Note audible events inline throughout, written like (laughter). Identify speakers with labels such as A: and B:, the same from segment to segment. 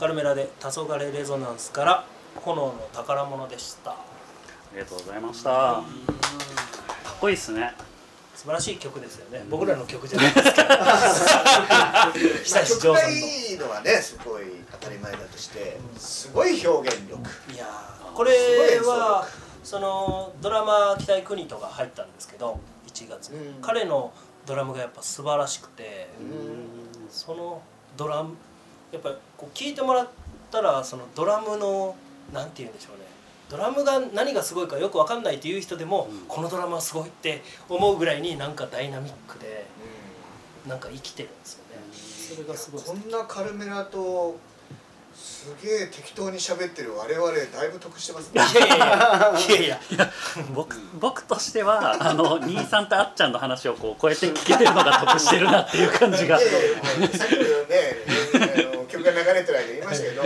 A: ガルメラで「黄昏レゾナンス」から「炎の宝物」でした
B: りがとうございましたかっこいいですね
A: 素晴らしい曲ですよね、僕らの曲じゃないですけど久石譲
C: 曲
A: さ
C: が
A: んのい
C: いいのはねすごい当たり前だとしてすごい表現力
A: やーこれはそのドラマ「北井邦人」が入ったんですけど1月、
C: うん
A: 彼のドラムがやっぱ素晴らしくて、
C: うん
A: そのドラムやっぱりこう聞いてもらったらそのドラムのなんて言うんでしょうねドラムが何がすごいかよくわかんないっていう人でも、
B: うん
A: このドラムはすごいって思うぐらいになんかダイナミックでなんか生きてるんですよね、それがすごいです
C: こんなカルメラとすげえ適当に喋ってる我々だいぶ得してますね
A: いやいやいやいやいや
B: 僕僕としてはあの兄さんとあっちゃんの話をこう超えて聞けてるのが得してるなっていう感
A: (laughs)
B: じが
C: いやいやいやさっきねあの曲が流れてる間言いましたけ
B: (laughs)
C: ど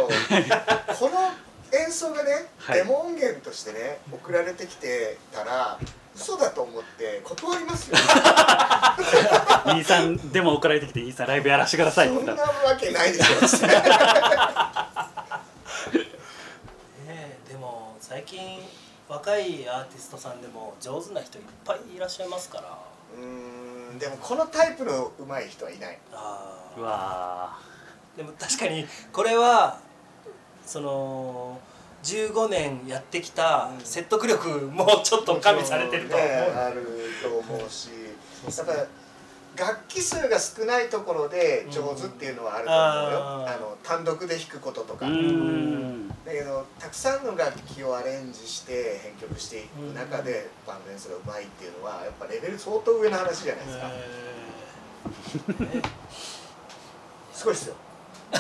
C: この演奏がね、
B: はい
C: デモ音源としてね送られてきてたら嘘だと思って断
B: (laughs)
C: りますよ
B: 兄さんでも送られてきて兄さんライブやらせてくださいって
C: そ
B: 言っ
C: んな
B: た
C: わ
B: ら
C: けないでしょ
A: ねえでも最近若いアーティストさんでも上手な人いっぱいいらっしゃいますから
C: うーんでもこのタイプの上手い人はいない
A: あー
B: うわ
A: でも確かにこれはその15年やってきた
C: うん
A: 説得力もちょっと加味されてると思う、
C: ねあると思うしやっぱ楽器数が少ないところで上手っていうのはあると思う
A: うん
C: よ、
A: あー
C: あの単独で弾くことと
B: ーう
C: か、
B: ーん
C: だけどたくさんの楽器をアレンジして編曲していく中でバンド演奏がうまいっていうのはやっぱレベル相当上の話じゃないですか、すごいですよ
A: えー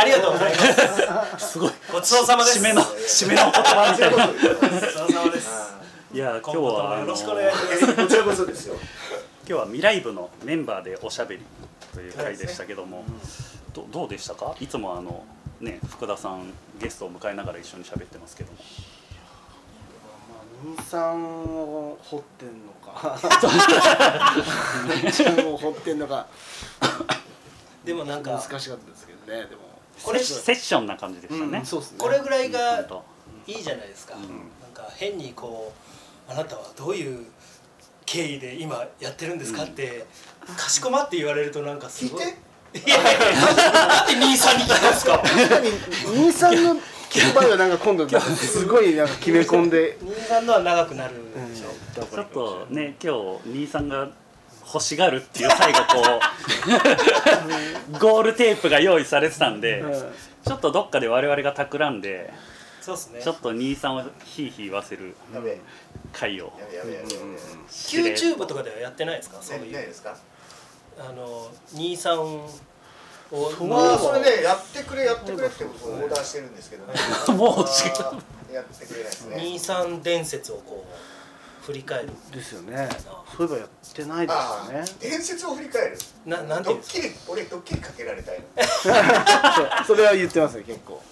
A: ありがとうございます
B: すごい
A: ごちそうさまです
B: 締めの締めの言葉みたいな
C: こちらこそ
A: ご
C: で
A: ち
C: す
A: そうさまです
B: い
A: (laughs)
B: や今
A: 今
B: 日
A: 後とも
B: はあ
A: よ
B: の
A: ろしくお
B: 今
A: 願いします
C: こちらこそですよ
B: 日は未来部のメンバーでおしゃべりという回でしたけどもどどうでしたかいつもあのね福田さんゲストを迎えながら一緒に喋ってますけども
D: まあ兄さんを掘ってんのか兄ちゃんを掘ってんのか
A: でもなん
D: 難
A: か
D: しかったですけどねでも
A: これ
B: セッションな感じでしたね、
D: うんそうですね
A: これぐらいが
B: 本
A: いいじゃないですか、
B: ん
A: なんか変にこうあなたはどういう経緯で今やってるんですかって、かしこまって言われるとなんかす
C: 聞い
A: ごい
C: て
A: いやいやいやなんで兄さんに聞くんですか
D: 確かに兄さんの言葉がなんか今度すごいなんか決め込んで、
A: 兄さんのは長くなるでしょ、
B: 当ちょっとね今日兄さんが欲しがるっていう最後こうゴールテープが用意されてたんで、
D: うん
B: ちょっとどっかで我々が企んで
A: そうですね
B: ちょっと兄さんをひいひい言わせる
C: やべえ
B: 回を
C: やべえやべえやべえやべえ
A: YouTube とかではやってないですかそう
C: ない
A: い
C: ないうですか
A: あの兄さんを
D: う
C: まあ
A: の
C: それねやってくれやってくれってことをオーダーしてるんですけどね
B: もう違
C: うやってくれないですね
A: 兄さん伝説をこう振り返る
D: ですよねそういえばやってない
C: ああ
D: ですよね
C: 伝説を振り返る
A: ななんてい
C: ド
A: うん
C: ッ
A: ですか
C: キリ俺ドッキリかけられたいの
D: そうそれは言ってますね結構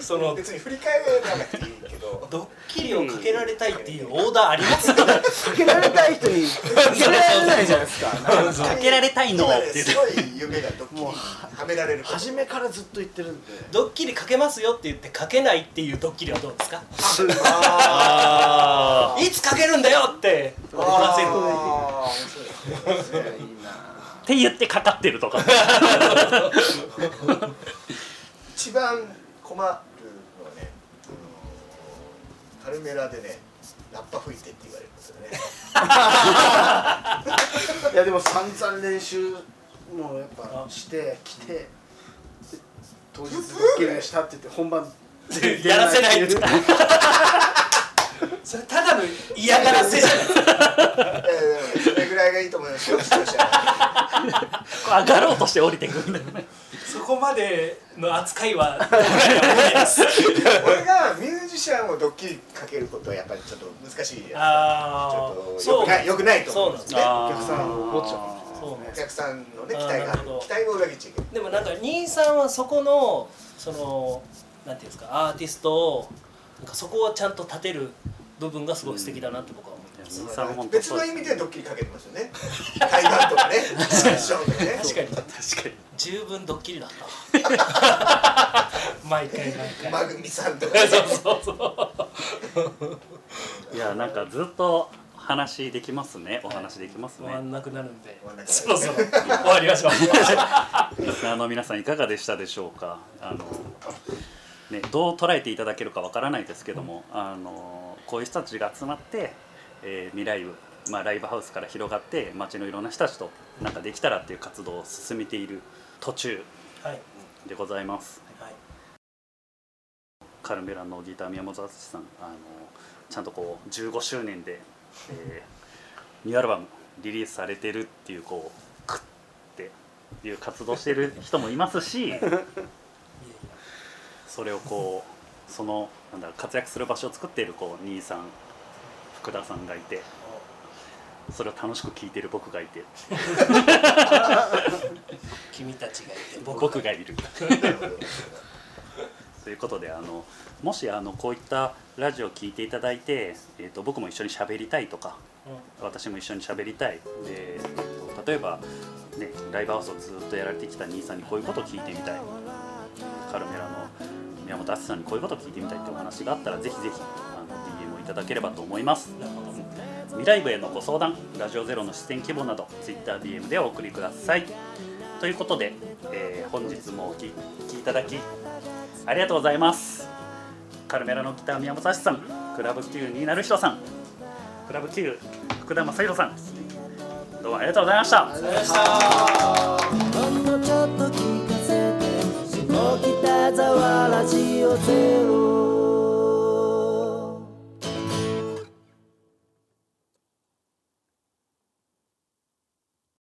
A: その
C: 別に振り返らなくていいけど
A: ドッキリをかけられたいっていうオーダーありますか
D: かけられたい人 (laughs) にかけられないじゃないですか
B: かけられたいの
C: 今
B: っ
C: ね
B: て言っ
C: す
B: て
C: ごい夢がドッキリにはめられること
D: 初めからずっと言ってるん (laughs) で
A: ドッキリかけますよって言ってかけないっていうドッキリはどうですか
C: あ
B: あ
A: いつかけるんだよって怒らせる
C: あ面白いですね
D: いいな
B: ーって言ってかかってるとか
C: 一番困るのはねあのカルメラでねラッパ吹いてって言われるんですよね
D: いやでも散々練習もやっぱしてきてで当日ドッキリしたって言って本番 (laughs)
A: やらせないってそれただの嫌がらせじゃない
C: いやいやでもそれぐらいがいいと思いますよ視聴者は
B: 上がろうとして降りてくるんだよね
A: そこまでの扱い
C: (laughs)
A: は僕らには無理です。
C: 俺がミュージシャンをドッキリかけることはやっぱりちょっと難しいやつち
A: ああ、
C: ょっとよ
A: そう
C: くないよくないと思
A: そううんなんです
C: で
A: すね。
C: ね
D: お客さんを怒っちゃうかもしれない
A: そうなん
C: お
A: です。
C: 客さんのね
A: あ
C: 期
A: ー
C: 待が
A: なるほど
C: 期待を裏切っちゃいけない
A: でもなんか兄さんはそこのそのなんていうんですかアーティストをなんかそこをちゃんと立てる部分がすごい素敵だなって僕は思ってます。
B: 兄さん本当
C: 別
B: そう
C: の
B: です
C: 意味でドッキリかけてますよね対談とか (laughs) ねセッションとかね
A: 確かに
B: 確かに
A: 十分ドッキリだった。
C: (laughs)
A: 毎回毎回
C: マグミさんとかね
A: そうそうそう
B: いやなんかずっと話できますねお話できます
A: 終
B: ね、
A: わんなくなるんで
C: 終わんなくなる
A: そろそろ終わりましょ
C: (laughs)
A: う
B: リスナーの皆さんいかがでしたでしょうかあの、ね、どう捉えていただけるかわからないですけどもあのこういう人たちが集まって、えー未来部、まあ、ライブハウスから広がって街のいろんな人たちとなんかできたらっていう活動を進めている途中
A: はい、はい、
B: でございますカルメラのギター宮本敦さんあのちゃんとこう15周年で、えーニューアルバムリリースされてるっていうこうクッっていう活動してる人もいますし。
A: いやいや
B: それをこうそのなんだろう活躍する場所を作っているこう兄さん福田さんがいてそれを楽しく聞いてる僕がいて
A: 君たちがいて僕
B: 僕がい
A: (laughs)
B: る
C: なるほど
B: ということであのもしあのこういったラジオを聞いていただいて、えー、と僕も一緒に喋りたいとか私も一緒に喋りたいで、えーと例えば、ね、ライブハウスをずっとやられてきた兄さんにこういうことを聞いてみたいカルメラの宮本敦さんにこういうことを聞いてみたいってお話があったらぜひぜひあの DM をいただければと思います
A: なるほど
B: 未来部へのご相談ラジオゼロの出演希望など TwitterDM でお送りくださいということで、えー本日もお聞きいただきありがとうございますカルメラの北宮本敦さんクラブ Q になる人さんクラブ Q 福田正宏さんどうもありがとうございました
E: ほんのちょっと聞かせて下北沢ラジオゼロ